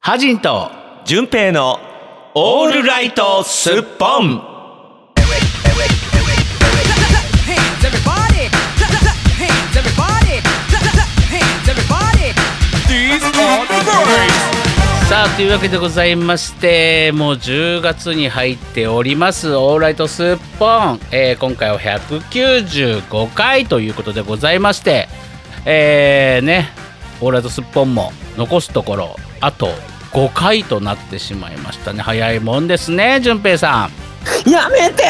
ハジンと純平のオールライトスッポン hands, everybody. Clap, clap, clap, hands, everybody. Clap, clap, clap, hands, everybody. さあというわけでございましてもう10月に入っております「オールライトスッポン」えー今回は195回ということでございましてえーね「オールライトスッポン」も残すところあと5回となってしまいましたね早いもんですね淳平さん。やめて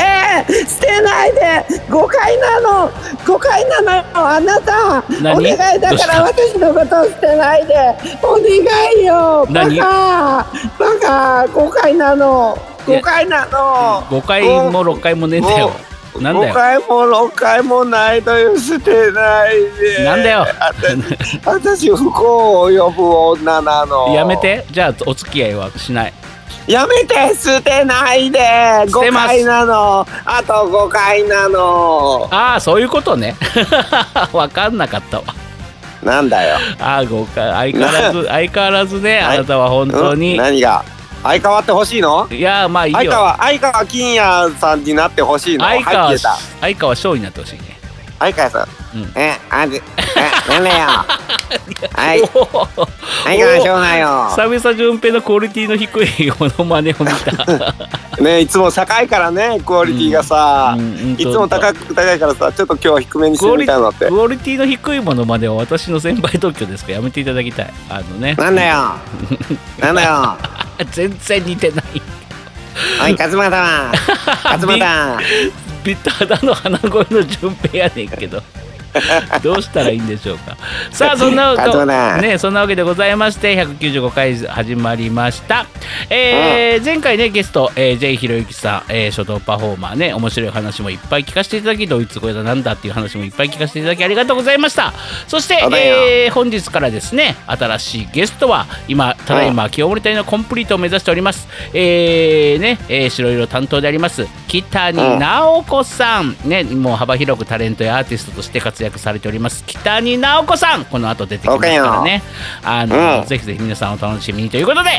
捨てないで誤解なの誤解なのあなた何お願いだからど私のことを捨てないでお願いよバ何カバカ誤解なのいや誤解なの5回も6回もねえんだよ。なんだ5よ。回も6回もないのよ捨てないでなんだよあた私不幸を呼ぶ女なの やめて。じゃあお付き合いはしない。やめて捨てないで捨て5ます回なのあと5回なのああ、そういうことね。 わかんなかったわ。なんだよああ、5回。相変わら ず、相変わらずね、はあいなたは本当うんに。何が相変わってほしいのいやー、まあいいよ。相川相川金也さんになってほしいの相川入ってた相川翔になってほしいね。相川さん、うんえあじえなんだ よはいおー相川しょうがよ 久々順平のクオリティの低いものまねを見 た。ねいつも高いからねクオリティがさ、いつもい。高く高いからさちょっと今日低めにしてみたのってクオリティの低いものまねは私の先輩特許ですからやめていただきたい。あのね。なんだよなんだよ全然似てない。おい勝俣 は勝俣ビタだの鼻声の順平やねんけどどうしたらいいんでしょうかさあそんなわあとねねそんなわけでございまして195回始まりました、えー前回ねゲスト、えー、J ひろゆきさん、えー書道パフォーマーね面白い話もいっぱい聞かせていただきドイツ語だなんだっていう話もいっぱい聞かせていただきありがとうございましたそしてそうだよえー本日からですね新しいゲストは今ただいま清盛隊のコンプリートを目指しております、えーね、えー白色担当であります北にうん直子さん、ね、もう幅広くタレントやアーティストとして活躍されております北に直子さんこの後出てきますからねあの、うんぜひぜひ皆さんお楽しみにということで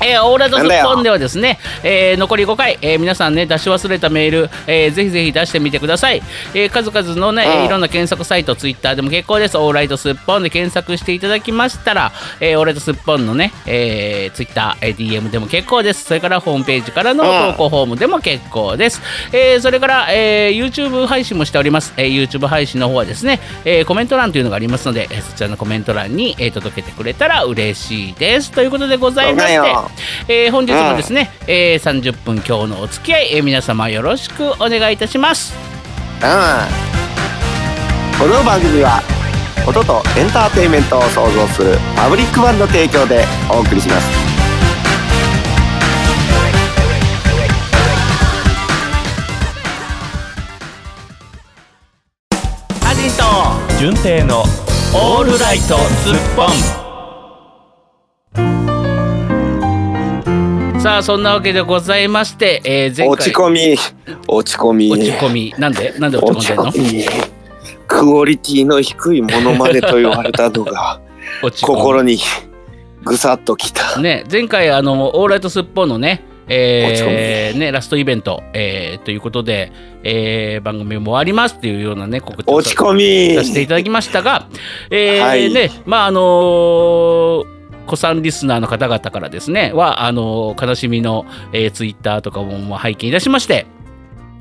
えー、オーラドスッポンではですね、えー残り5回、えー皆さんね出し忘れたメール、えーぜひぜひ出してみてください、えー数々のね、うんえーいろんな検索サイトツイッターでも結構ですオーライトスッポンで検索していただきましたら、えーオーライトスッポンのね、えー、ツイッター、えー DM でも結構ですそれからホームページからのうん投稿フォームでも結構です、えーそれから、えー YouTube 配信もしております、えー YouTube 配信の方はですね、えーコメント欄というのがありますので、えーそちらのコメント欄に、えー届けてくれたら嬉しいですということでございましてそうだよえー本日もですね、えー30分今日のお付き合い、えー皆様よろしくお願いいたしますこの番組は音とエンターテインメントを創造するパブリックバンド提供でお送りしますハジンと純平のオールライトスッポンさあそんなわけでございまして、えー前回落ち込み落ち込み落ち込みなんでなんで落落ちち込んでんの込みクオリティの低いものまねと言われたのが落ち込み心にぐさっときたね、前回あのオールライトスッポンのね、えーねラストイベント、えーということで、えー番組も終わりますっていうようなね告知を落さち込みさせていただきましたが、えーはいねまああのー子さんリスナーの方々からですねはあのー悲しみの、えー、ツイッターとかももう拝見いたしまして。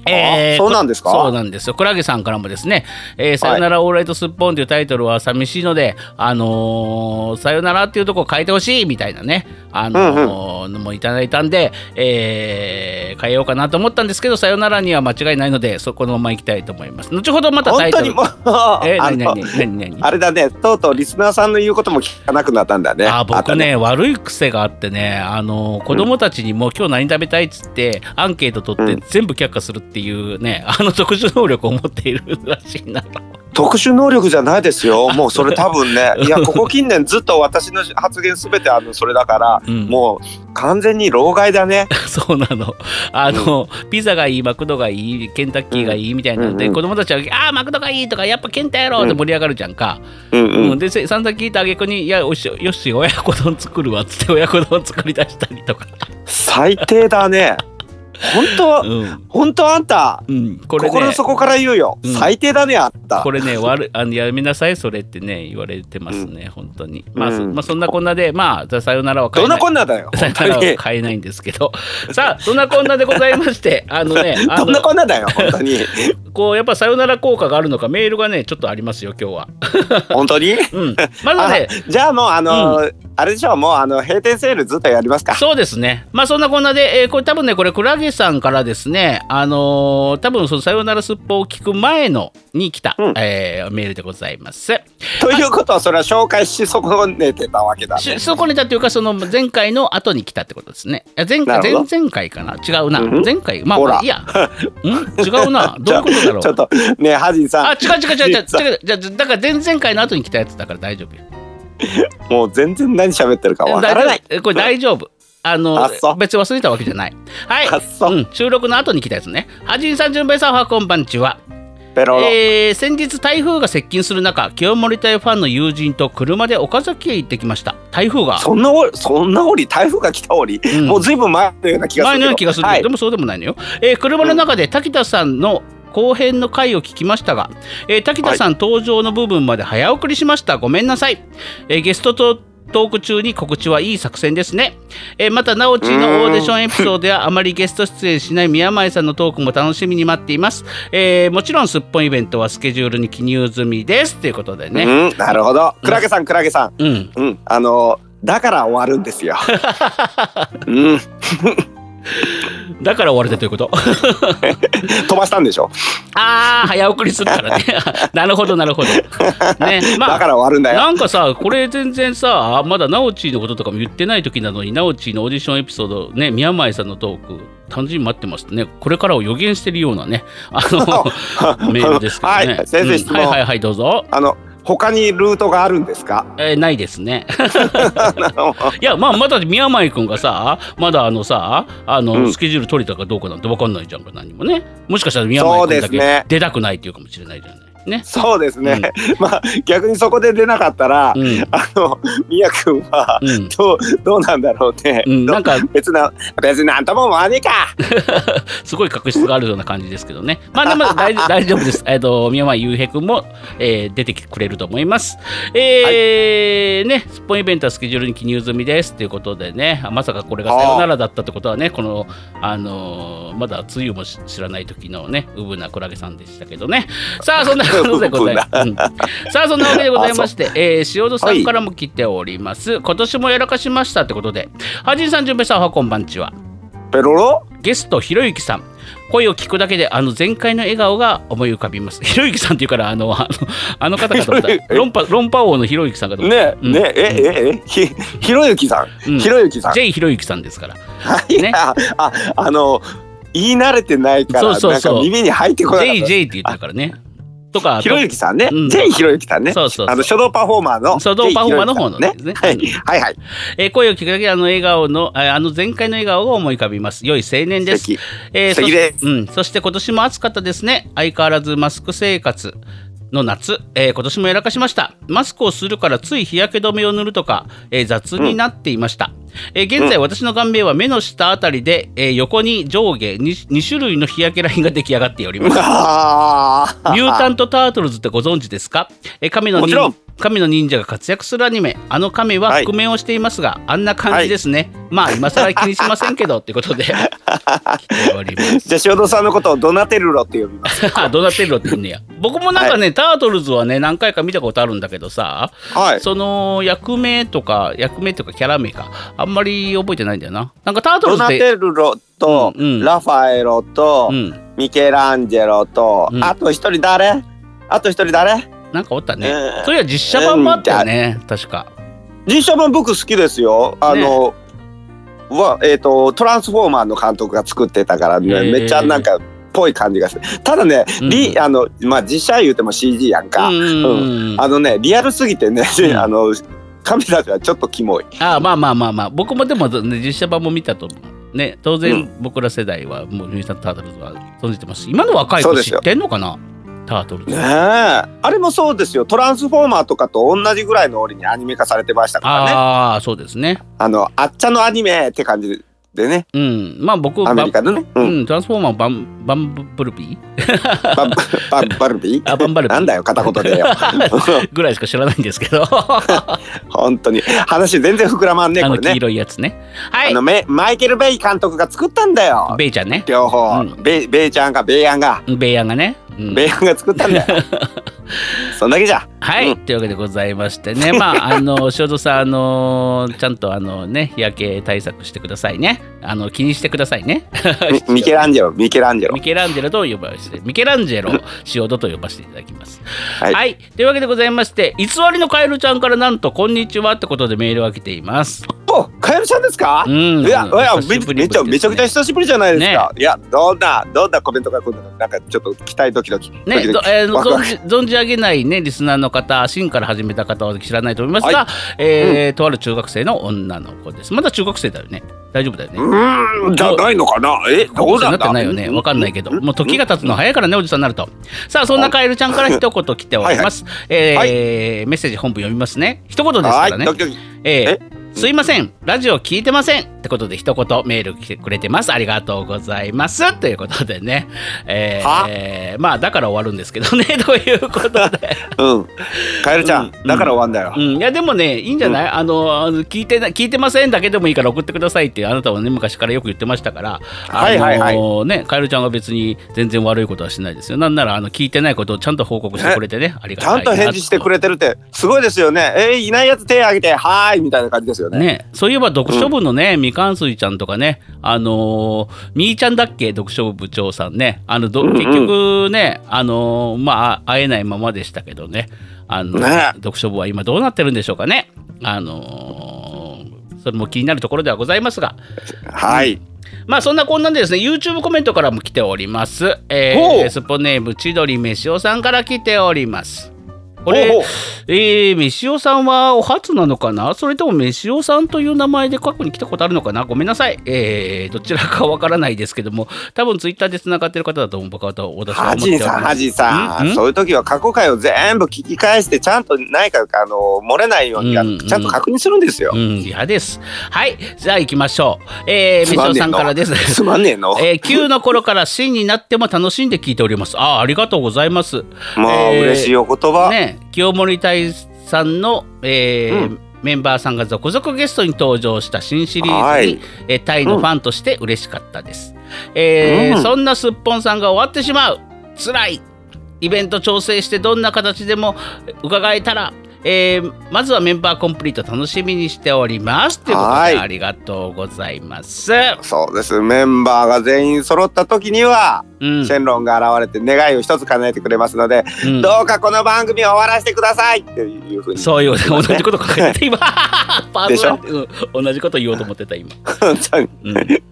あそうなんですかそうなんですよ。クラゲさんからもですね、えーさよならオーライトスッポンというタイトルは寂しいので、あのーさよならっていうとこを変えてほしいみたいなね、あのーのもいただいたんで、えー変えようかなと思ったんですけど、さよならには間違いないので、そこのまま行きたいと思います。後ほどまたタ本イト当ル。にもうえあ何の何何何あれだねとうとうリスナーさんの言うことも聞かなくなったんだねあまた僕ね悪い癖があってねあの子供たちにもう今日何食べたいっつってアンケート取って全部却下するっていうねあの特殊能力を持っているらしいな特殊能力じゃないです よもうそれ多分ねいやここ近年ずっと私の発言すべてあのそれだから、うん もう完全に老害だね。そうなの。あの、ピザがいい、マクドがいい、ケンタッキーがいいみたいなので、うんうん子供たちは、ああ、マクドがいいとか、やっぱケンタやろうって盛り上がるじゃんか。うんうんうん。で、せ散々聞いた挙句に、いや、おしよし、親子丼作るわっつって、親子丼作り出したりとか。最低だね。本当、うん。本当あんた、うん、これ心ねの、底から言うようん。最低だね、あんたこ。れ ね、悪あのやめなさい、それってね、言われてますね、本当に。まあ、そうんまあ、そんなこんなで、まあ、さよならは買どえんなないこんなだよ。さよな本当らはに。買えないんですけ ど。さあ、そんなこんなでございまして、あのね、あどんなのこんな だよ、本当に。こう、やっぱさよなら効果があるのか、メールがね、ちょっとありますよ、今日は。本当に。うん。 まずね、あじゃあもうあのーあれでしょうもうあの閉店セールずっとやりますか。そうですね。まあそんなこんなで、えーこれ多分ね、これ、クラゲさんからですね、あのー多分そのさよならすっぽを聞く前のに来た、うんえーメールでございます。ということはそれは紹介し損ねてたわけだねし。そこにいたというか、その前回の後に来たってことですね。いや前な回、る前ほど々回かな違うな。うん前回、まあ、ほまらあ、いいや。ん違うな。どういうことだろ ちょっう。とねえハジンさあ、ん違う違う違う違う実は違う。じゃあだから前々回の後に来たやつだから大丈夫よ。もう全然何喋ってるかわからない。大丈夫これ大丈夫。あのあそう別に忘れたわけじゃない。はい。あそううん、収録の後に来たやつね。はじいさん、じゅんべいさん、おはこんばんちは。ペロロ、えー先日台風が接近する中清盛隊ファンの友人と車で岡崎へ行ってきました台風がそんなおそんな折り台風が来た折り、うんもうずいぶん前のような気がす前るけど。のような気がする、はいで。もそうでもないのよ、えー車の中で滝田さんの後編の回を聞きましたが、えー滝田さん登場の部分まで早送りしましたごめんなさい、えーゲストとトーク中に告知はいい作戦ですね、えーまたなおちーのオーディションエピソードではあまりゲスト出演しない宮前さんのトークも楽しみに待っています、えーもちろんすっぽんイベントはスケジュールに記入済みですということでねうんなるほど。クラゲさんクラゲさうん。んうんあのーだから終わるんで すよ。うんだから終われたということ。飛ばしたんでしょ。ああ、早送りする からね。なるほど、なるほど。ね、だまかあ。ら終わるんだよ。なんかさこれ全然さまだナオチーのこととかも言ってない時なのにナオチーのオーディションエピソードね宮前さんのトーク楽しみに待ってますねこれからを予言してるようなねあ のメールですけどね、はい先生うん質は問いはいはいどうぞ、あの他にルートがあるんですか。えーないですねいやまあまだ宮前君がさまだあのさあの、うんスケジュール取れたかどうかなんて分かんないじゃんか何もねもしかしたら宮前君だそうですけね出たくないっていうかもしれないじゃないねそうですね、まあ逆にそこで出なかったら、うんあのみやくんはうんどうどうなんだろうね、うんなんか別な別になんとも思わねえかすごい確執があるような感じですけどね。まあでも大 丈夫大丈夫です。えっと、宮前雄平君も、えー出てきてくれると思います。えーね、スッポンイベントはスケジュールに記入済みですということでね、あまさかこれがさよならだったってことはね、この、あのーまだ梅雨もし知らない時のね、うぶなクラゲさんでしたけどね。さあ、そんなことでございます。 うんさ あ、そんなわけでございまして、えー塩戸さんからも来ております。今年もやらかしましたってことで、はじんさん、じゅんべいさん、おはこんばんちは。ペロロゲストひろゆきさん声を聞くだけであの前回の笑顔が思い浮かびますひろゆきさんっていうからあのあのあの方かと 思った論破論破王のひろゆきさんかと思っねえ、うんねええええひひろゆきさん、うんひろゆきさたん、 J ひろゆきさんですからはい、ねあああの言い慣れてないからそうそうそうなんか耳に入ってこなかっ JJ たって言ったからねとかひろゆきさんね、うん J ひろゆきさんねそうそうそうあの書道パフォーマーの書道パフォーマーの方のねですねはい、うんはいはいえー声を聞くだけであの笑顔のああの前回の笑顔が思い浮かびます良い青年です素敵えー素敵ですそうん、そして今年も暑かったですね相変わらずマスク生活の夏、えー今年もやらかしましたマスクをするからつい日焼け止めを塗るとか、えー雑になっていました、えー現在私の顔面は目の下あたりで、えー横に上下 2, 種類の日焼けラインが出来上がっており ますあーミュータント・タートルズってご存知ですかえー神のもちろん神の忍者が活躍するアニメあの神ははい覆面をしていますが、あんな感じですね、まあ今更気にしませんけどって ことで来ておりますじゃあ塩戸さんのことをドナテルロって呼びます。あどうなってるのって言うねや僕もなんかね、タートルズはね何回か見たことあるんだけどさ、はい。その役名とか役名とかキャラ名かあんまり覚えてないんだよななんかタートルドズナってテルロと、うんうんラファエロと、うんミケランジェロと、うんあと一人誰あと一人誰なんかおったね、うんそれは実写版もあったよね、確か実写版僕好きですよ。あの、はえっ、とトランスフォーマーの監督が作ってたから、ねへーめっちゃなんかぽい感じがする。ただね、うんリあのまあ実写言うても CG やんか。うんうんうん あのねリアルすぎてね、うんあのカメラがちょっとキモい。あまあまあまあまあ僕もでも、ね、実写版も見たと思うね当う然僕ら世代はもうミュータントタートルズは存じてますし今の若いそう子です知よってんのかなタートルズねえ。あれもそうですよ。トランスフォーマーとかと同じぐらいの折にアニメ化されてましたからね。あああそうですねの、あっちゃのアニメって感じでね。うんまあ僕アメリカのね。うバん。 うん、トランスフォーマーバンバンブルビーバンバンバルビー あバンバルビーなんだよ、片言でよ。 ぐらいしか知らないんです けど本当に。話全然膨らまんね、あのこれ黄ね。色いやつねはあいのメマイケル・ベイ監督が作ったんだよ。ベイちゃんね両方、うんベイベイちゃんがベイアンが、ベイヤンがね、うんベイアンが作ったんだ よ。そんだけじゃ。はい、うというわけでございましてねまあ あの塩戸さんあのちゃんとあのね日焼け対策してくださいねあの気にしてくださいねミミケランジェロ、ミケランジェロミ。ケランジェロと呼ばせてミケランジェロ塩戸と呼ばせていただきますは、はいいというわけでございまして偽りのカエルちゃんからなんと「こんにちは」ってことでメールを開けていますお、カエルさんですかう？んいやいや久しぶめりめちゃめちゃくちゃです久しぶりじゃないですか。いやどんなどんなコメントが来るのかなんかちょっと期待ドキドキ。ドねキどドキえーワクワク存じ存じ上げない、ね、リスナーの方芯から始めた方は知らないと思いますが、はえーとある中学生の女の子ですまだ中学生だよね大丈夫だよね、うーんじゃないのかな。えどう高校生なになんってだ。ないよね。わかんないけど、うんもう時が経つの早いからね、おじさんになると。さあ、そんなカエルちゃんから一言来ております。はえーメッセージ本部読みますね。一言ですかはらいねド。キドキ。えーすいません、ラジオ聞いてませんってことで一言メール来てくれてます。ありがとうございます。ということでね、えーはえーまあだから終わるんですけどね、 ということ で。うん。カエルちゃんうんだから終わんだよう。ん、いやでもね、いいんじゃない、あのあの聞いてな、聞いてませんだけでもいいから送ってくださいって、あなたはね、昔からよく言ってましたから、はいはいはいあのね、カエルちゃんは別に全然悪いことはしないですよ。なんなら、あの聞いてないことをちゃんと報告してくれてね、ありがちたいゃなんと返事してくれてるってすごいですよね。えーいないやつ手挙げてはーいみたいな感じですよね。ね、そういえば読書部のね、みかんすいちゃんとかね、あのーみーちゃんだっけ、読書部部長さんね、あのどうんうん結局ね、あのーまあ、会えないままでしたけどね、あのね読書部は今どうなってるんでしょうかね。あのーそれも気になるところではございますが、はい。まあそんなこんなんでですね、YouTube コメントからも来ております。えほー、うスポネーム千鳥めしおさんから来ております。ここれ、えー、飯尾さんはお初なのかなそれとも飯尾さんという名前で過去に来たことあるのかなごめんなさい。えー、どちらかわからないですけども、多分ツイッターでつながってる方だと僕は私は思ハっておジりンさん、まハす。ジンさうんうんん、そういう時は過去回を全部聞き返して、ちゃんとないか、あの、漏れないように、あうんうのんちゃんと確認するんですよう。ん、嫌です。はい、じゃあ行きましょう。えー、つ飯ま尾んねえさんのからです。つまんねえの。 えー、9の頃から真になっても楽しんで聞いております。あーありがとうございます。まあ、えー嬉しいお言葉。ね、清盛隊さんの、えーうメンバーさんが続々ゲストに登場した新シリーズに、はいえータイのファンとして嬉しかったです、えーうんそんなすっぽんさんが終わってしまうつらいイベント調整してどんな形でも伺えたら、えーまずはメンバーコンプリート楽しみにしておりますということではいありがとうございます、そうです。メンバーが全員揃った時には、うんシェンロンが現れて願いを一つ叶えてくれますので、うんどうかこの番組を終わらせてくださいっていうふうに。 そういう同じこと書いてた今 パーでしソナょリティうん同じこと言おうと思ってた今本当に。うん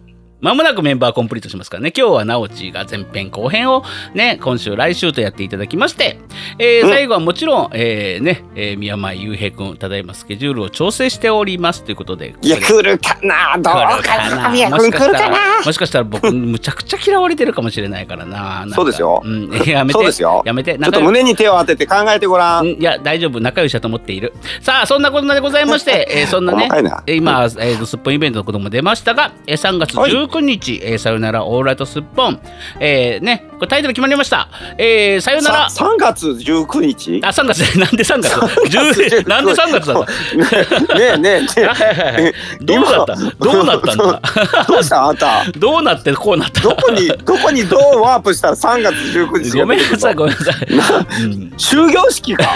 まもなくメンバーコンプリートしますからね今日はなおちが前編後編をね今週来週とやっていただきまして、えーうん最後はもちろん、えーね、えー宮前雄平君ただいまスケジュールを調整しておりますということでいや、来るかなどうかな宮もし君か来しるたからなもしかしたら僕むちゃくちゃ嫌われてるかもしれないからななんかそうですようん、やめてそうですよやめてちょっと胸に手を当てて考えてごらん。うんいや大丈夫仲良しだと思っているさあそんなこんなでございまして、えーそんなね細かいなえー今、えーすっぽんイベントのことも出ましたが、えー3月はい19日、えーさよならオールライトすっぽん」えーねこれタイトル決まりました「えーさよならさ」3月19日あ3月 なんで3月10なんで3月だった ねえねえねえねえどうだったどうなったんだどうしたあんたどうなってこうなったどこにどこにどうワープしたら3月19日ごめんなさいごめんなさい、うん終業式か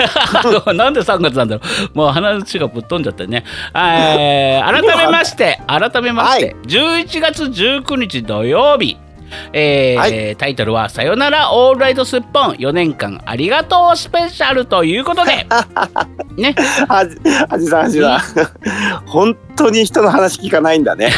なんで3月なんだろうもう話がぶっ飛んじゃってね、 えー改めまして改めまして、11月19日土曜日えーはタイトルは「さよならオールライトすっぽん4年間ありがとうスペシャル」ということ でねあじあじさんあじさん本当に人の話聞かないんだ ね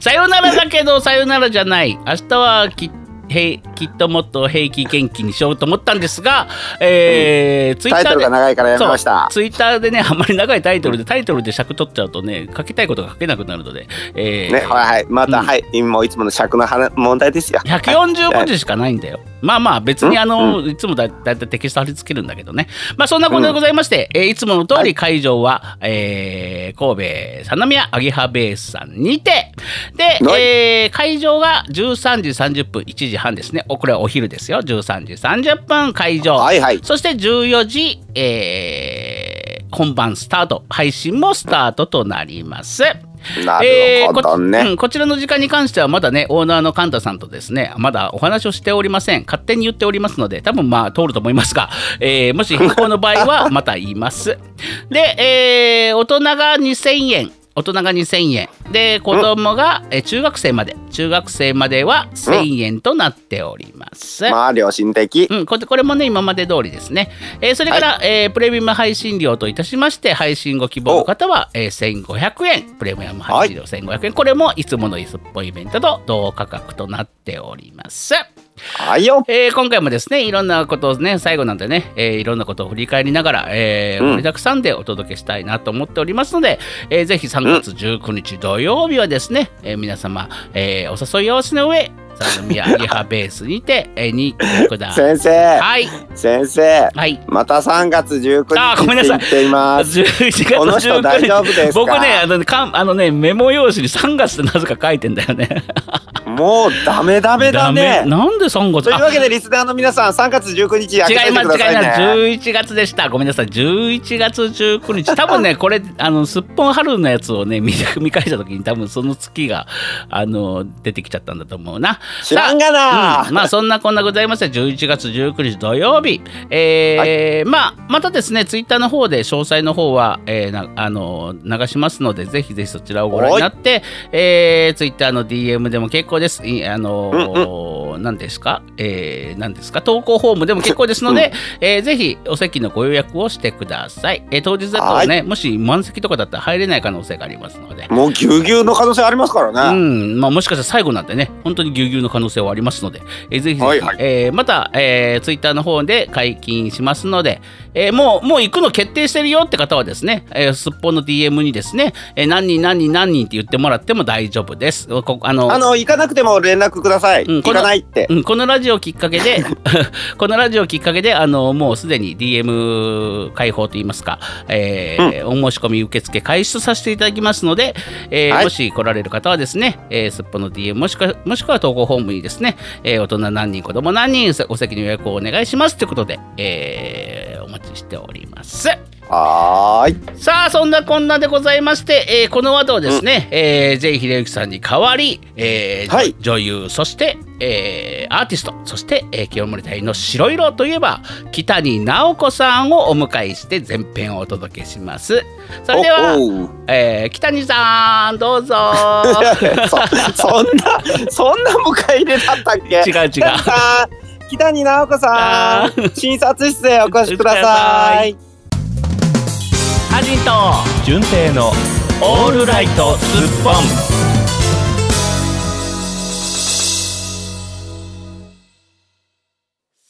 さよならだけどさよならじゃない明日はきへいきっともっと平気元気にしようと思ったんですが、えーツイタッイタートルでが長いからやめましたツイッターでねあんまり長いタイトルでタイトルで尺取っちゃうとね書きたいことが書けなくなるので、えーねはいはいまた、うんはい今いつもの尺の話問題ですよ140はい文字しかないんだよ。まあまあ別にあの、いつもだだいたいテキスト貼り付けるんだけどね。まあそんなことでございまして、えーいつもの通り会場は、えー神戸三宮アゲハベースさんにて、で、はいえー会場が13時30分、1時半ですね。おこれはお昼ですよ。13時30分会場。はいはいそして14時、えー本番スタート、配信もスタートとなります。なえるーほどね、こうんこちらの時間に関してはまだねオーナーのカンタさんとですねまだお話をしておりません勝手に言っておりますので多分まあ通ると思いますが、 えーもし変更の場合 はまた言いますで、えー大人が2000円大人が2000円で子供が、えー中学生まで中学生までは1000円となっております、まあ良心的、うん、これこれもね今まで通りですね、えーそれから、えープレミアム配信料といたしまして配信ご希望の方は、えー1500円プレミアム配信料1500円、これもいつものいすっぽいイベントと同価格となっております、はいよえー今回もですねいろんなことをね最後なんでね、えーいろんなことを振り返りながら、えーうん盛りだくさんでお届けしたいなと思っておりますので、えーぜひ3月19日土曜日はですね、えー皆様、えーお誘い合わせの上三宮アゲハベースにて、えー、に来てください先生はい。先生はい。また3月19あ日ごめんなさいって言っています11月この人大丈夫19ですか日。僕ね、あのね、かんあのねメモ用紙に3月ってなぜか書いてんだよね。もうダメダメだねなんで3と月いあうわけでリスナーの皆さん3月19日開け違いていてまくすだ違いますさいね11月でしたごめんなさい11月19日多分ねこれあのすっぽん春のやつをね見 見返した時に多分その月があの出てきちゃったんだと思うな知らんがなうんまあそんなこんなございまして11月19日土曜日、えーまあ、またですねツイッターの方で詳細の方は、えーなあの流しますのでぜひぜひそちらをご覧になって、えー、ツイッターの DM でも結構ですいあのー何ですか、えー、何ですか投稿フォームでも結構ですので、えーぜひお席のご予約をしてください、えー当日だとねもし満席とかだったら入れない可能性がありますのでもうぎゅうぎゅうの可能性ありますからうね、ん、まあもしかしたら最後なんでね、本当にぎゅうぎゅうの可能性はありますので、えーぜひぜひ、はいはいえーまた、えー、ツイッターの方で解禁しますので、えーもう、もう行くの決定してるよって方はですね、えーすっぽんの DM にですね、えー何人何人何人って言ってもらっても大丈夫です。こあのあの行かなくても連絡ください、うん行このかないって、うん、このラジオきっかけで このラジオきっかけであのもうすでに DM 開放といいますか、えーお申し込み受付開始とさせていただきますので、えーはいもし来られる方はですね、えーすっぽの DM もしくはもしくは投稿フォームにですね、えー大人何人子供何人お席の予約をお願いしますということで、えーお待ちしております。はーいさあそんなこんなでございまして、えーこの後はですね、えー、ジェイ・ヒレユキさんに代わり、えーはい女優そして、えーアーティストそして、えー、清盛隊の白色といえば北に直子さんをお迎えして前編をお届けしますそれでおは、お うえー北にさんどうぞ そ そんな そんな迎え入れだったっけ違う違う北谷さん北谷直子さあん診察室へお越しくださいアジンと純正のオールライトスッポン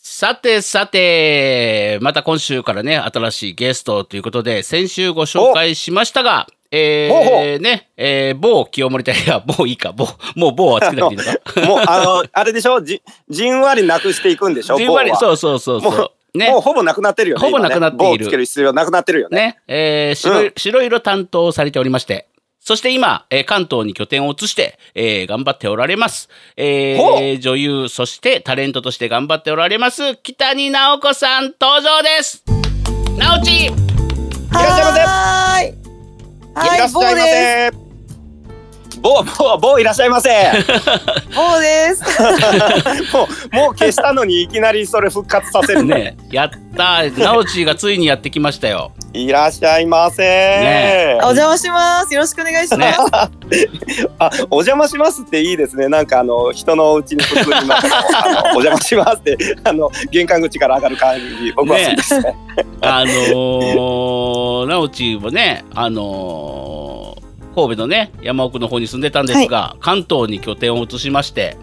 さてさてまた今週からね新しいゲストということで先週ご紹介しましたがえーほうほね、えー、某清盛隊が 某いいか某もう某はつけなくていい のかもうあのあれでしょじじんわりなくしていくんでしょじんわり棒はそうそうそうもそううねもうほぼなくなってるよねほぼなくなっている今ね棒つける必要なくなってるよねね、えー白い白色担当されておりましてそして今、えー関東に拠点を移して、えー頑張っておられます、えーほ女優そしてタレントとして頑張っておられます北に直子さん登場です直ちらっしゃいませはいいらっしゃいませはい、棒棒棒いらっしゃい ませ棒です。棒です。もうもう消したのにいきなりそれ復活させるねねやったー直ちがついにやってきましたよいらっしゃいませ、ねお邪魔します。よろしくお願いします。ねあお邪魔しますっていいですねなんかあの人のうちに普通になんかあ のお邪魔しますってあの玄関口から上がる感じ僕は好きですねあのー、直ちもね、あのー神戸のね、山奥の方に住んでたんですが、関東に拠点を移しまして、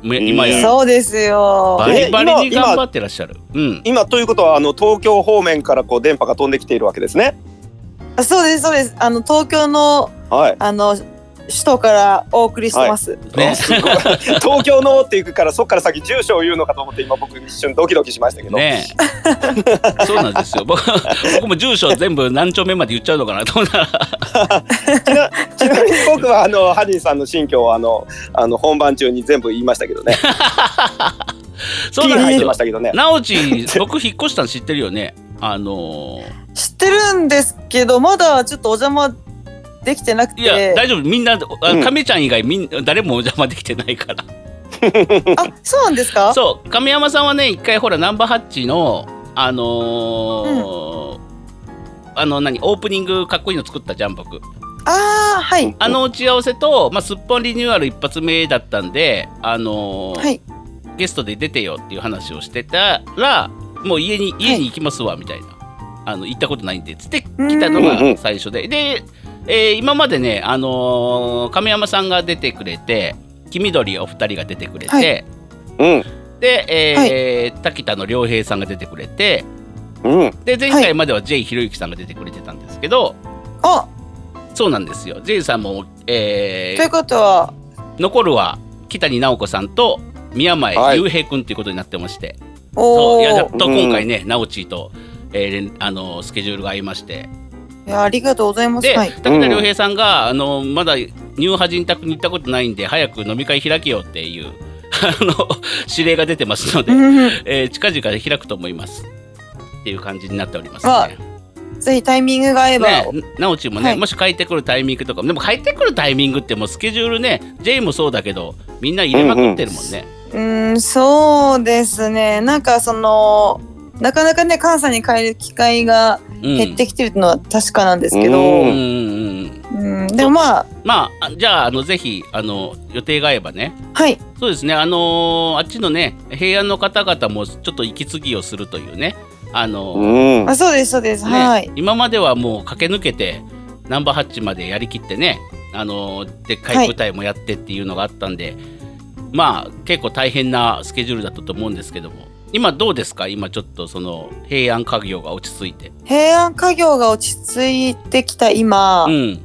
め今やそうですよ。バリバリに頑張ってらっしゃる。うん。今ということはあの東京方面からこう電波が飛んできているわけですね。あそうですそうです。あの東京のはい。あの首都からお送りしてます。ね。東京のって行くからそっから先住所を言うのかと思って今僕一瞬ドキドキしましたけど。 ねそうなんですよ。僕僕も住所全部何丁目まで言っちゃうのかなと思 ったら。ちなちなみに僕はあのハニーさんの新居をあのあの本番中に全部言いましたけ どね。そうピーなんです入ってよまし。たけどね。なおち、僕引っ越したの知ってるよね。あの知ってるんですけどまだちょっとお邪魔できてなくー、いや、て。大丈夫。みんな、うんあ亀ちゃん以外みん誰もお邪魔できてないから。あそうなんですか。そう亀山さんはね一回ほらナンバーハッチのあのーあの何オープニングかっこいいの作ったじゃん僕ああはいあの打ち合わせと、まあ、すっぽんリニューアル一発目だったんで、あのーはい。ゲストで出てよっていう話をしてたらもう家に家に行きますわみたいな、あの行ったことないんでつって来たのうんうんが最初でで、えー今までね、あのー亀山さんが出てくれて黄緑お二人が出てくれて、はいうんで、えー滝田の良平さんが出てくれてうん。で前は回までは J ひろゆきさんが出てくれてたんですけど、あそうなんですよ J さんも、えというー、ことは残るは北谷直子さんと宮前はい雄平君ということになってまして、おそおういいややっやと今回ね、直ちと、えーれんあのスケジュールが合いましてありがとうございます。で、はい。滝田良平さんが、あのまだニューハ人宅に行ったことないんで早く飲み会開けようっていう あの指令が出てますのでう。んうんえー近々開くと思いますっていう感じになっておりますわあね。ぜひタイミングが合えば、ね、なおちもね、はいもし帰ってくるタイミングとかでも帰ってくるタイミングってもうスケジュールね J もそうだけどみんな入れまくってるもんね。うーんそうですねなんかそのなかなかね関西に帰る機会がうん減ってきてるのは確かなんですけど、ううんんうんうんでもまあまああじゃああのぜひあの予定が合えばねはいそうですねあのーあっちのね平安の方々もちょっと息継ぎをするというねあのーうん。あそうですそうです、ねはい今まではもう駆け抜けてナンバーハッチまでやりきってねあのーでっかい舞台もやってっていうのがあったんで、まあ結構大変なスケジュールだったと思うんですけども今どうですか今ちょっとその平安家業が落ち着いて。平安家業が落ち着いてきた今、うん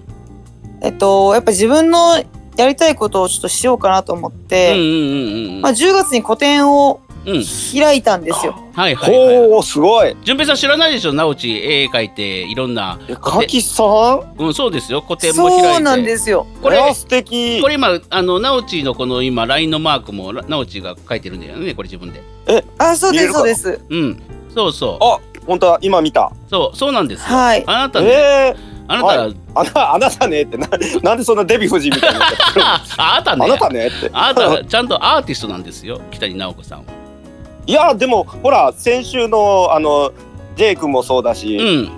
えっとやっぱ自分のやりたいことをちょっとしようかなと思っうんて、うんうんうんうんまあ、10月に個展をうん開いたんですよ。はいはいはいはいほうすごい。順平さん知らないでしょ直ち絵描いていろんな、えかきさん。うん、そうですよ個展も開いてそうなんですよ。ここれれ素 敵こ。れ今あの直ちのこの今 LINE のマークも直ちが描いてるんだよねこれ自分であそうで見えるかすそうなです。うんそうそうあ本当だ今見た。そうそうなんですよはい。あなたね、ええあなた、はあなあなたねってな なんでそんなデヴィ夫人みたいになってる。あ あなた あね、なたねって。あなたちゃんとアーティストなんですよ、北に直子さんは。いやでもほら先週のあの J 君もそうだし、うん、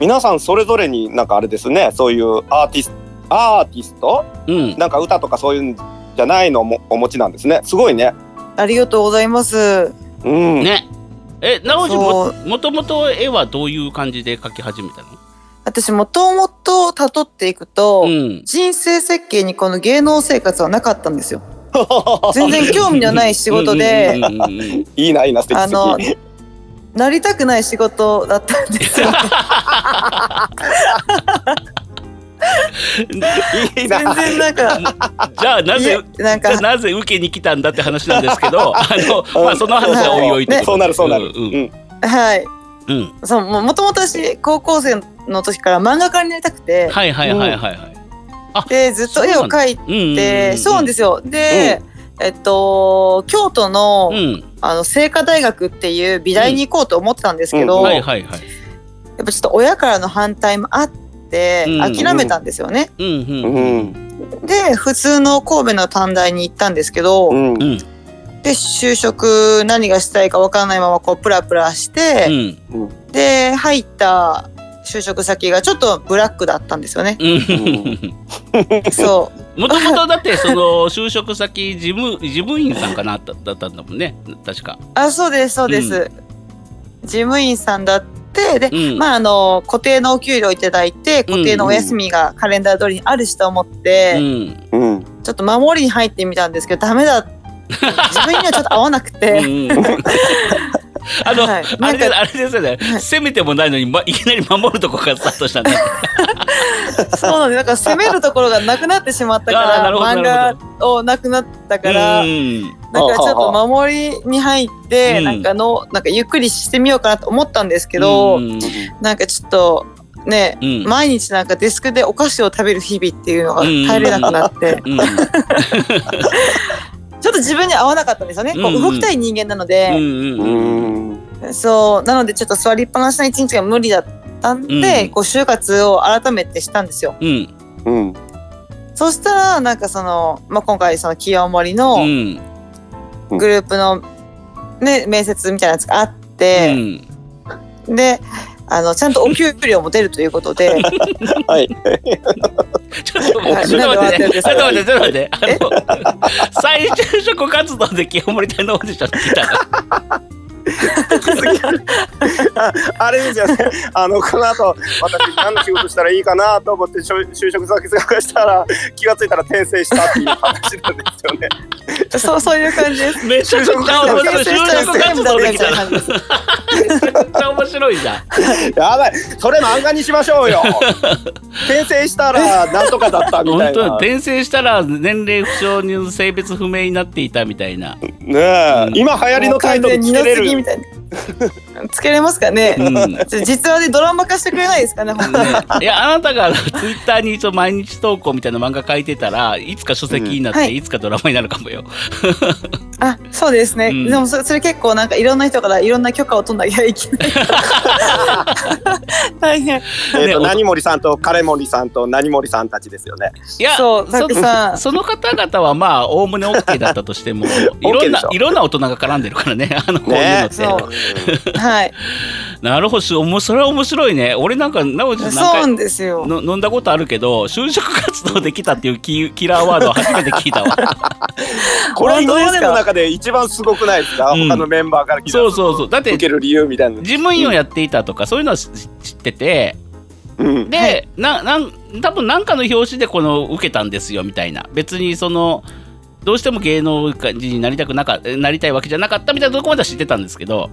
皆さんそれぞれになんかあれですねそういうアーティストアーティストうん、なんか歌とかそういうんじゃないのもお持ちなんですねすごいね。ありがとうございます。うん、ね。え、直子もそもともと絵はどういう感じで描き始めたの？私もともとたどっていくと、うん、人生設計にこの芸能生活はなかったんですよ。全然興味のない仕事うで、んうんうんうんうん いいないいな素敵あの素敵なりたくない仕事だったんで すよ。いい全な然なんか、じゃあないぜえな んじゃあか、なぜ受けに来たんだって話なんですけど、あのまあその話はおいおいといねそうなるそうなるうんうんはい。うん、そう、ももともと私、高校生の時から漫画家になりたくて、はいはいはいはいはい。で、ずっと絵を描いうん、。て、そうなんですすよ。で、えっと、京都の,、うん、あの清華大学っていう美大に行こうと思ってたんですけど、うんはやいっはいはい。ぱちょっと親からの反対もあってうん諦めたんですよね。うんうんううんんで普通の神戸の短大に行ったんですけど、うんうん。で就職何がしたいか分からないままこうプラプラして、で入った就職先がちょっとブラックだったんですよねうん。そもともとだってその就職先事務 事務員さんかなだだったんだもんね確かう。あそうですそうです、う事務員さんだってで、うんまああの固定のお給料いただいて固定のお休みがカレンダー通りにあるしと思ってう、んうんちょっと守りに入ってみたんですけどダメだっ自分にはちょっと合わなくうて、 んうんあの、はあいれでなんかあれですよね、はい攻めてもないのに、ま、 いきなり守るとこからスタートしたね。そうなんでなんか攻めるところがなくなってしまったかあーならるほど漫なる画をなくなったから、うんだからちょっと守りに入って、うんなんかのなんかゆっくりしてみようかなと思ったんですけど、うんなんかちょっとね、うん毎日なんかデスクでお菓子を食べる日々っていうのが耐えれなくなって、うん ちょっと自分に合わなかったんですよね、こうんううん動きたい人間なのうで、んううんんそうなのでちょっと座りっぱなしの一日が無理だったんで、うんこう就活を改めてしたんですよ。うんうんそしたらなんかその、まあ、今回その清盛うのんグループの、ね、面接みたいなやつがあっうて、んであのちゃんとお給料も出るというこ とではいちょっとはいちょっと待ってね、ちょなっんとで待って、ちょっと待って、あの、再就職活動で清盛隊のオーディション来たら、あ あれですよねあのこの後私何の仕事したらいいかなと思って就就職先探したら気がついたら転生したっていう話なんですよねそうそういう感じです。めちゃくちゃ面白い、就職活動で来たら、感じです。めちゃくちゃ面白いじゃん。 やばいそれ漫画にしましょう よ転生したらなんとかだったみ本たい当にな転生したら年齢不詳に性別不明になっていたみたいな。 ねえ、うん今流行りのタイトルつけれもう完全に二の次みるたいな。つけれますかね。うんちょ実話でドラマ化してくれないですかね。本当にいやあなたがツイッターに一応毎日投稿みたいな漫画書いてたらいつか書籍になって、うんはいい、つかドラマになるかもよ。あ、そうですね。うんでもそそれ結構なんかいろんな人からいろんな許可を取んなきゃいけ ない。大変。えっねと何森さんと金森さんと何森さんたちですよねいやそうそだってさその方々はまあおおむね OK だったとして もいろんないろんな大人が絡んでるからね あのこういうのって。そうはい。なるほどしおもそれは面白いね。俺なんかなおじそう何回なんですよ。の飲んだことあるけど就職活動できたっていうキキラーワードは初めて聞い たわ。 これ本当今でまですかの中で一番すごくないですか、うん他のメンバーから聞いたそうそうそうだって受ける理由みたいな、事務員をやっていたとかそういうのは知知っててうん、で、はいななん多分何かの表紙でこの受けたんですよみたいな別にそのどうしても芸能人になりたくなかなりたいわけじゃなかったみたいなとこまでは知ってたんですけど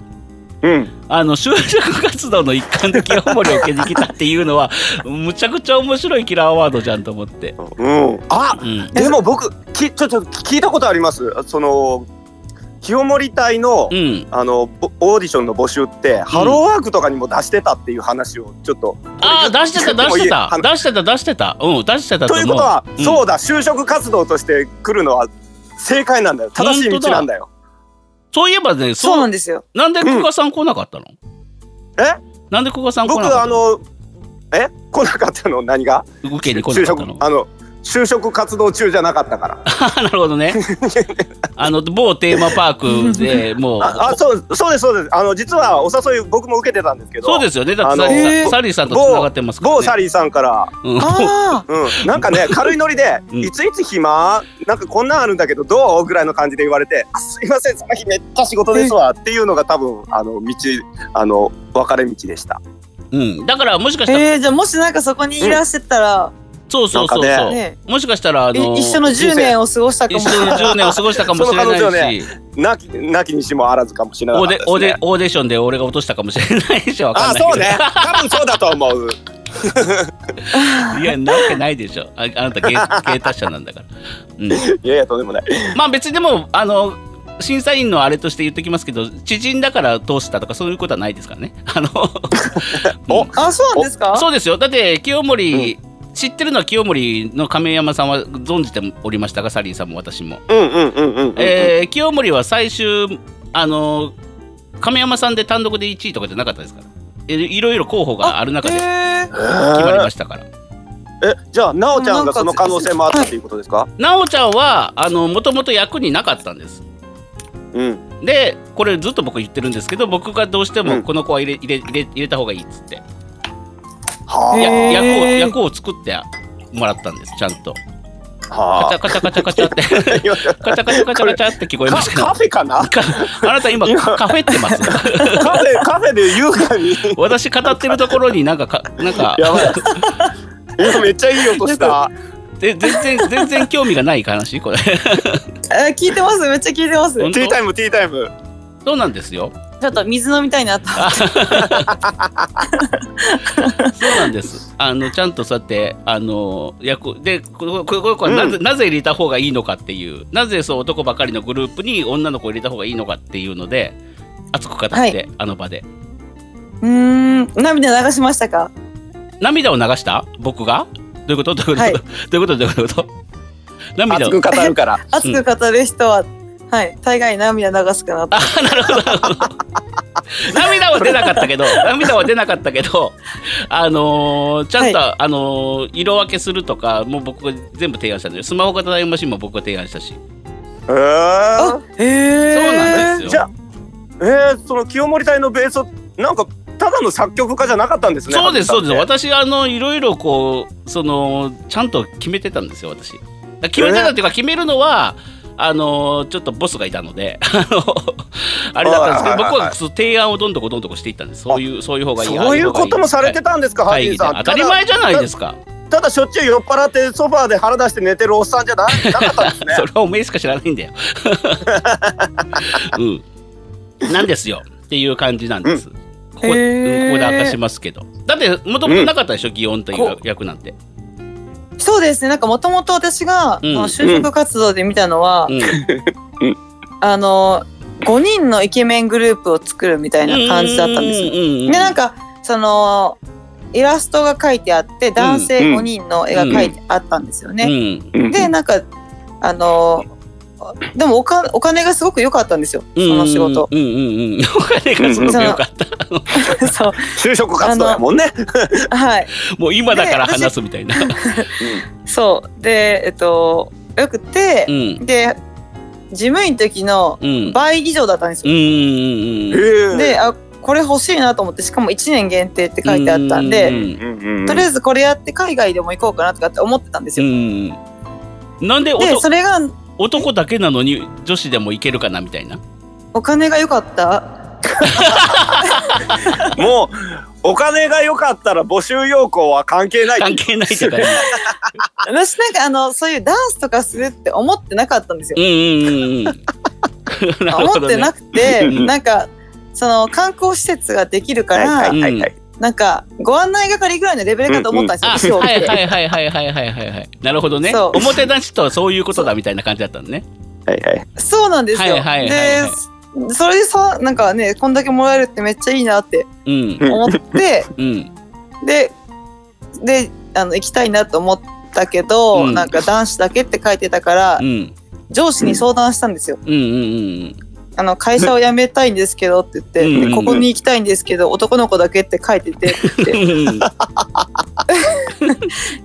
うん、あの就職活動の一環で清盛を受けに来たっていうのは むちゃくちゃ面白いキラーワードじゃんと思って。うん、あうんでも僕きちょっと聞いたことありますその清盛隊の、うん、あのぼオーディションの募集って、ハローワークとかにも出してたっていう話をちょっとああ出してた出してた出してた出してたうん出してたとと思ういうことは、うんそうだ就職活動として来るのは正解なんだよ正しい道なんだよそういえばねそそううなんで すよ。なんで久我さん来なかったの、えなんで久我さん来な僕かったあののえ来なかったの何が受けに来就なかっ職たのあの就職活動中じゃなかったからあ なるほど ねあの某テーマパークでもうああそうそうですそうですあの実はお誘い僕も受けてたんですけどそうですよねだってあのサリーさん、えーサリーさんとつながってますから、ね、某サリーさんから、うんああ。うん、なんか ね軽いノリで「うんいついつ暇なんかこんなんあるんだけどどう?」ぐらいの感じで言われて「あすいませんその日めっちゃ仕事ですわ」っていうのが多分あの道あの分かれ道でした。うん、だからもしかしたら、えー、じゃあもしなんかそこにいらしてたら、そうそうそうなんそかう、ねもしかしたらあいの一緒の10年を過ごしたか一もしれ緒のない。 10年を過ごしたかもしれないし、その彼なきなきにしもあらずかもしれなオかっーたデです、オね、ーデオーディションで俺が落としたかもしれない しわかあんないけどそうね多分そうだと 思ういやなわけないでしょああ なた芸芸達者なんだから、うん、いやいやとんでもないまあ別にでもあの審査員のあれとして言ってきますけど知人だから通したとかそういうことはないですからねあ のおあ、そうなんですか。そうですよだって清盛、知ってるのは清盛の亀山さんは存じておりましたがサリーさんも私も、うんうんうんうん、うんえー清盛は最終あの亀山さんで単独で1位とかじゃなかったですからえいろいろ候補がある中でへ決えまりましたからえじゃあなおちゃんがその可能性もあったっていうことですか奈緒ちゃんはあのもともと役になかったんですうんでこれずっと僕言ってるんですけど僕がどうしてうもんこの子は入れ入れ入れ入れた方がいいっつって、へはや役をー役を作ってもらったんですちゃんとあカはチャカチャカチャカチャって あ今カチャカチャカチャカチャって聞こえカましたけどカフェかなかあなた今今カフェってます カフェカフェで優雅に私語ってるところになんかかなんかやば い今めっちゃいい音したで全然全然興味がない話これ え聞いてますめっちゃ聞いてます本ティータイムティータイムそうなんですよ。ちょっと水飲みたいなとそうなんです。あのちゃんとそうやってあの役でここここはなぜ、なぜ入れた方がいいのかっていうなぜそう男ばかりのグループに女の子を入れた方がいいのかっていうので熱く語って、はいあの場でうーん涙流しましたか涙を流した僕がどういうことどういうこと、はいどういうことどういうこと涙熱をく語るから熱く語る人は、はい大概涙流すかなと涙は出なかったけど涙は出なかったけどあのーちゃんと、あのー色分けするとかもう僕が全部提案したんでスマホ型タイムマシンも僕が提案したし、えーあへえそうなんですよじゃあえー、その清盛隊のベースをなんかただの作曲家じゃなかったんですねそうですそうです初私あのいろいろこうそのちゃんと決めてたんですよ私だから決めてたっていうか決めるのはあのちょっとボスがいたので あのあれだったんですけどはいはいはい僕はその提案をどんどこどんどこしていったんですそういうそういう方がいいそういうこともされてたんですか、たハ会リ議ーでさん当たり前じゃないですかただただしょっちゅう酔っ払ってソファーで腹出して寝てるおっさんじゃな なかったんですねそれはおめえしか知らないんだよ うんなんですよっていう感じなんです、ここへうんここーで明かしますけどだってもともとなかったでしょ、擬音という役なんて、そうですねなんかもともと私が、うんこの就職活動で見たのは、うん、あの5人のイケメングループを作るみたいな感じだったんですよ。でなんか、かそのイラストが書いてあって男性5人の絵が書いてあったんですよね。うんうんでなんかあのでもおかお金がすごく良かったんですよその仕事。うんうんうんうん、お金がすごく良かった、 そう就職活動やもんねはいもう今だから話すみたいな、そうでえっとよくてう、んで事務員の時のうん倍以上だったんですうよ。んうんへであこれ欲しいなと思ってしかも1年限定って書いてあったんうで。んととりあえずこれやって海外でも行こうかなとかって思ってたんですうよ。んなんでおとでそれが男だけなのに女子でもいけるかなみたいなお金が良かったもうお金が良かったら募集要項は関係ない関係ないとかね私なんかあのそういうダンスとかするって思ってなかったんですよう。んうんうんうんなるほ思どってねなくて、うんなんかその観光施設ができるから、いはいはいなんかご案内係ぐらいのレベルかと思ったんあですよ、はい私をはいはいはいはいはいはいはいなるほどねそう表出しとはそういうことだみたいな感じだったのねはいはいそうなんですよ。はいはいはいはいでそれでさなんかねこんだけもらえるってめっちゃいいなってうん思 ってうんでであの行きたいなと思ったけど、うんなんか男子だけって書いてたから、うん上司に相談したんですよ。うんうんあの会社を辞めたいんですけどって言って、うんうんうんでここに行きたいんですけど男の子だけって書い ててってう言ってんうん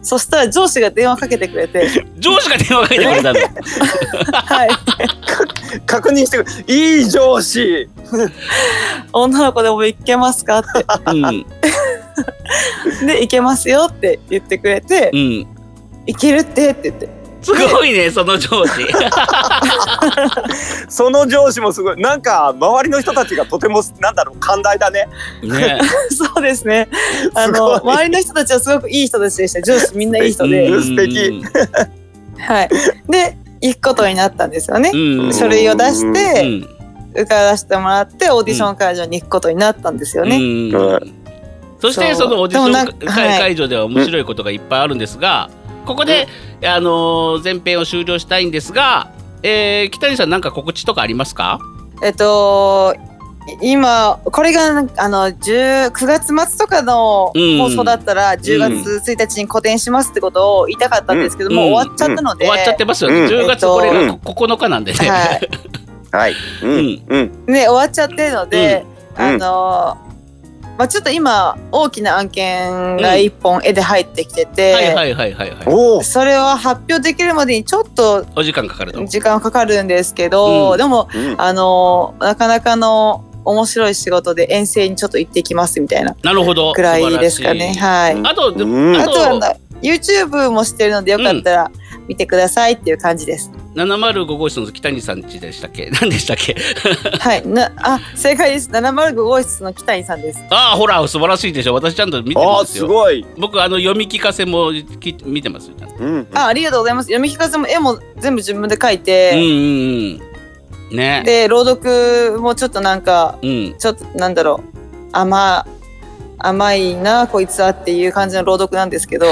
そしたら上司が電話かけてくれて上司が電話かけてくれたの。 「はい確認してくるいい上司女の子でも行けますか?」ってうん、 「で行けますよ」って言ってくれてうん、 「行けるって」って言 ってすごいね、その上司。その上司もすごいなんか周りの人たちがとてもなんだろう寛大だねね、そうですねあすごのい周りの人たちはすごくいい人たちでした上司みんないい人うで、ん素敵。はい、で行くことになったんですよねう。ん、書類を出しうてん、受からせてもらってオーディション会場に行くことになったんですよね。う。うんそして、そそうのオーディションでもなん会はい会場では面白いことがいっぱいあるんですが。ここで、あのー、前編を終了したいんですが。えー、北谷さん、なんか告知とかありますか。えっとい今これがあの10 9月末とかのうん放送だったら10月1日に個展しますってことを言いたかったんですけど、うんもう終わっちゃったので、終わっちゃってますようね。ん10えっ月、とこれがこ9日なんでね。はいはいうんうんうんね終わっちゃってるので、うんあのまあちょっと今大きな案件が一本絵で入ってきてて、 はい、はい、はい、はい、はい。おおそれは発表できるまでにちょっとお時間かかると。時間かかるんですけど、うんでもうんあのなかなかの面白い仕事で遠征にちょっと行ってきますみたいななるほど。くらいですかね。素晴らしはい。いあと、でうんあとはな YouTube もしてるのでよかったら見てくださいっていう感じです。 705号室の北谷さんちでしたっけ 何でしたっけ はい、なあ正解です。705号室の北井さんです。ああほら素晴らしいでしょ私ちゃんと見てあまーすすよごい。僕あの読み聞かせもき見てますよちゃんとうん。あありがとうございます。読み聞かせも絵も全部自分で描いうんて、うんうんねで朗読もちょっとなんかうんちょっとなんだろう甘甘いなこいつはっていう感じの朗読なんです けど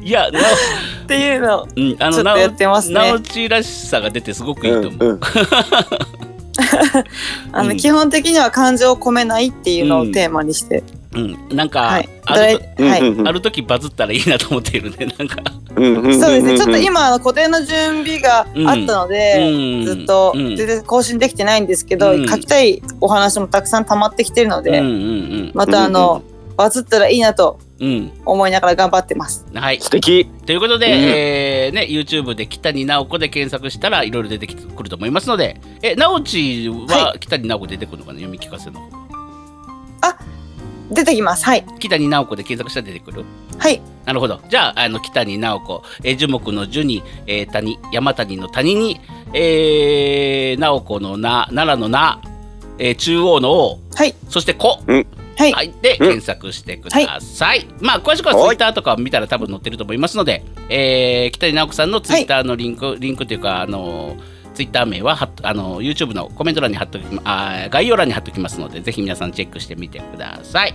いやなっていうのを うんあちのょっなとおやってますなおね。ちらしさが出てすごくいいと思う、うんうん。あの、うん基本的には感情を込めないっていうのをテーマにして、うん、なんか、はい、あだいるうんはい、ある時バズったらいいなと思っているねなん か、うんうん。そうですね。ちょっと今。今あの固定の準備があったので。うんずっとうん全然更新できてないんですけど、うん書きたいお話もたくさん溜まってきてるので、うんうんまたあの、バズったらいいなとうん思いながら頑張ってます。うんはい素敵。ということで、うんえーね、YouTube で北に直子で検索したらいろいろ出てくると思いますのでえ直ちは北に直子出てくるのかな、読み聞かせの出てきます。はい。北に直子で検索したら出てくるはい。なるほどじゃああの北に直子、えー樹木の樹に、えー谷山谷の谷に、えー直子の名奈良の名、えー中央の王はい。そして子はい。はい、で、検索してください。まあ、詳しくはツイッターとか見たら多分載ってると思いますので、えー、北谷直子さんのツイッターのリンク、リンクというか、あのツイッター名ははっあの YouTube のコメント欄に貼っときまあー概要欄に貼っときますのでぜひ皆さんチェックしてみてください。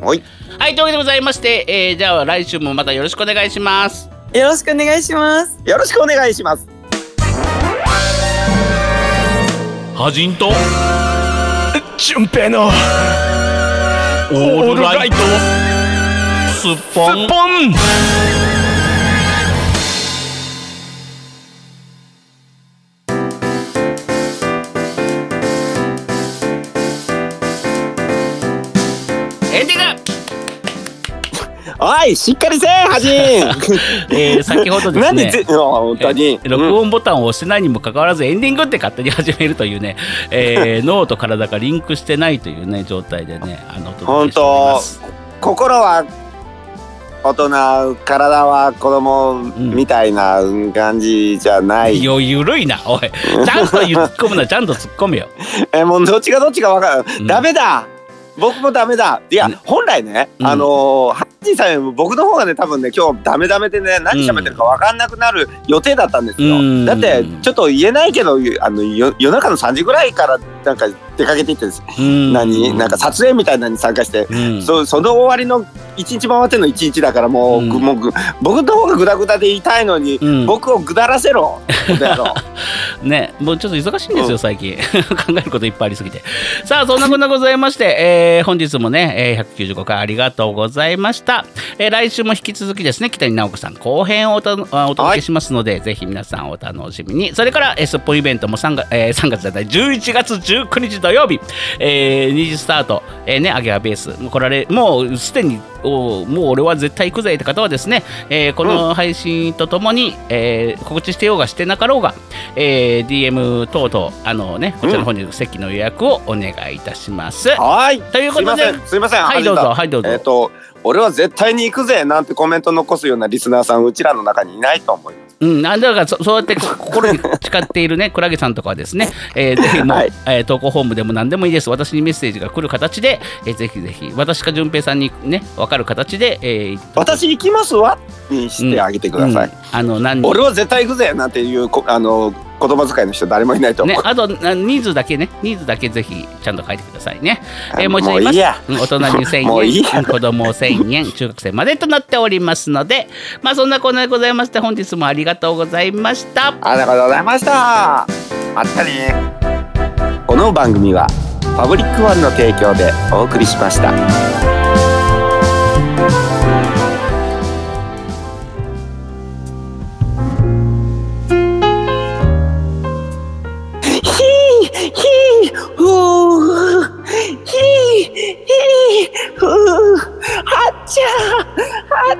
はい。はいというわけでございまして、えー、じゃあ来週もまたよろしくお願いします。よろしくお願いします。よろしくお願いします。はじんと純平のオールライトスッポンエンディング、おい、しっかりせえ、はじん。えー、先ほどです何ねぜ、。うん本当に。えー録音ボタンを押してないにもかかわらずエンディングって勝手に始めるというね、え ー脳と体がリンクしてないというね状態でねあのお届けしております心は大人体は子供みたいな感じじゃない、いやゆるいなおいちゃんと言う突っ込むなちゃんと突っ込むよえもうどっちがどっちか分からん、うんダメだ僕もダメだいや、うん本来ね、うんあのーハッチーさんよりも僕の方がね多分ね今日ダメダメでね何喋ってるか分かんなくなる予定だったんですよ、うんだってちょっと言えないけどあのよ夜中の3時ぐらいからなんか出かけていってです、うん何なんか撮影みたいなのに参加してうんそうその終わりの一日回っての一日だからもうう,、んぐもうぐ僕の方がグダグダで痛いのに、うん僕をぐだらせろこの 野郎ねもうちょっと忙しいんですうよん最近 考えることいっぱいありすぎてさあそんなことでございまして、えー本日もね、えー195回ありがとうございました、えー来週も引き続きですね北谷直子さん後編をおたあお届けしますので、ぜひ皆さんお楽しみにそれから、えー、スッポンイベントも3月,、えー3月だったり11月19日土曜日、えー2時スタート、えーねアゲハベースもう来られもうすでにおーもう俺は絶対行くぜって方はですね、えーこの配信とともに、えー告知してようがしてなかろうが、えー DM 等々あのねこちらの方に席の予約をお願いいたします。はいというすこいとまでせんすいませんはい始どめうたぞはいどうぞ、えっ、と俺は絶対に行くぜなんてコメント残すようなリスナーさんうちらの中にいないと思いますうんなんだかそそうやってこ心に誓っているねクラゲさんとかはですね、えーぜひもう、はいえー投稿フォームでも何でもいいです私にメッセージが来る形で、えーぜひぜひ私か淳平さんにね分かる形で、えー私行きますわにしてあげてください、うんあの何人俺は絶対行くぜなんていうこあの言葉遣いの人誰もいないと思ねう、、あとな人数だけね人数だけぜひちゃんと書いてくださいね、えーもう一度も言いういまいすやうん大人にもういい1000円子供1000円中学生までとなっておりますのでまあそんなこんなでございまして本日もありがとうございましたありがとうございました。まったね。この番組はパブリックワンの提供でお送りしました。あっちゃん、あっ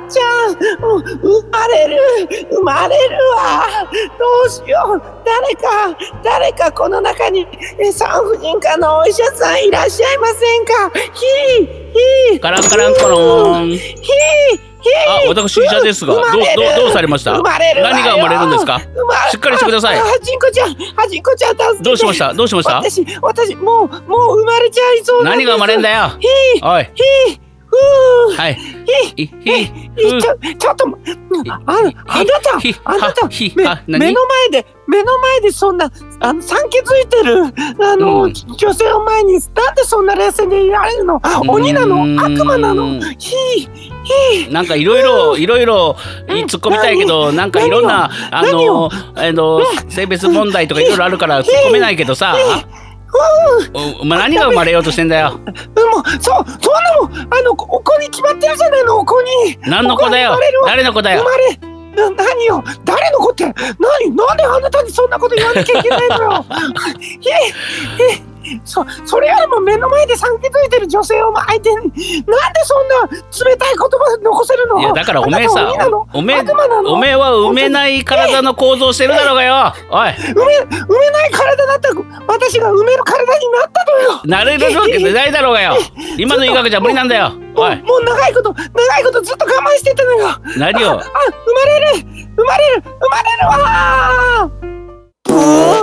ちゃん、生まれる生まれるわどうしよう誰か誰かこの中にえ産婦人科のお医者さんいらっしゃいませんかひいひいカランカランコロン。ひいひいあ、私医者ですが、どう生まどうれるどうされました生？まれるわよ何が生まれるんですか？生ましっかりしてくださいあはじんこちゃんはじんこちゃん助けてどうしました？どうしました？私私もうもう生まれちゃいそうなん何ですが生まれんだよ。ひいおい、ひいふうはい。ひひいちょちょっとまああなたひあなたはひめは何目の前で目の前でそんなあの産気づいてるあの、うん女性を前になんでそんな冷静にいられるの鬼なうーんの悪魔なのひいなんかいろいろいろいろ突っ込みたいけど、なんかいろんなあ何のをあの性別問題とかいろいろあるから突っ込めないけどさ。おまあ何が生まれようとしてんだよ。もうそうそんなもんあのお子に決まってるじゃないのお子に何の子だよ生まれる。わ誰の子だ生よ。まれうん何よ誰の子って何なんであなたにそんなこと言わなきゃいけないのよ ええそそれよりも目の前で産気づいてる女性を相手になんでそんな冷たい言葉残せるのいやだからおめえあなたは鬼さなの、おめえ悪魔なのおめえは埋めない体の構造してるだろうがよ。おい。埋め埋めない体だった私が埋める体になったのよなれるわけないだろうがよ。今の医学じゃ無理なんだよ。もおうい。もう長いこと長いことずっと我慢してたのよあ何あを。生まれる生まれる生まれるわー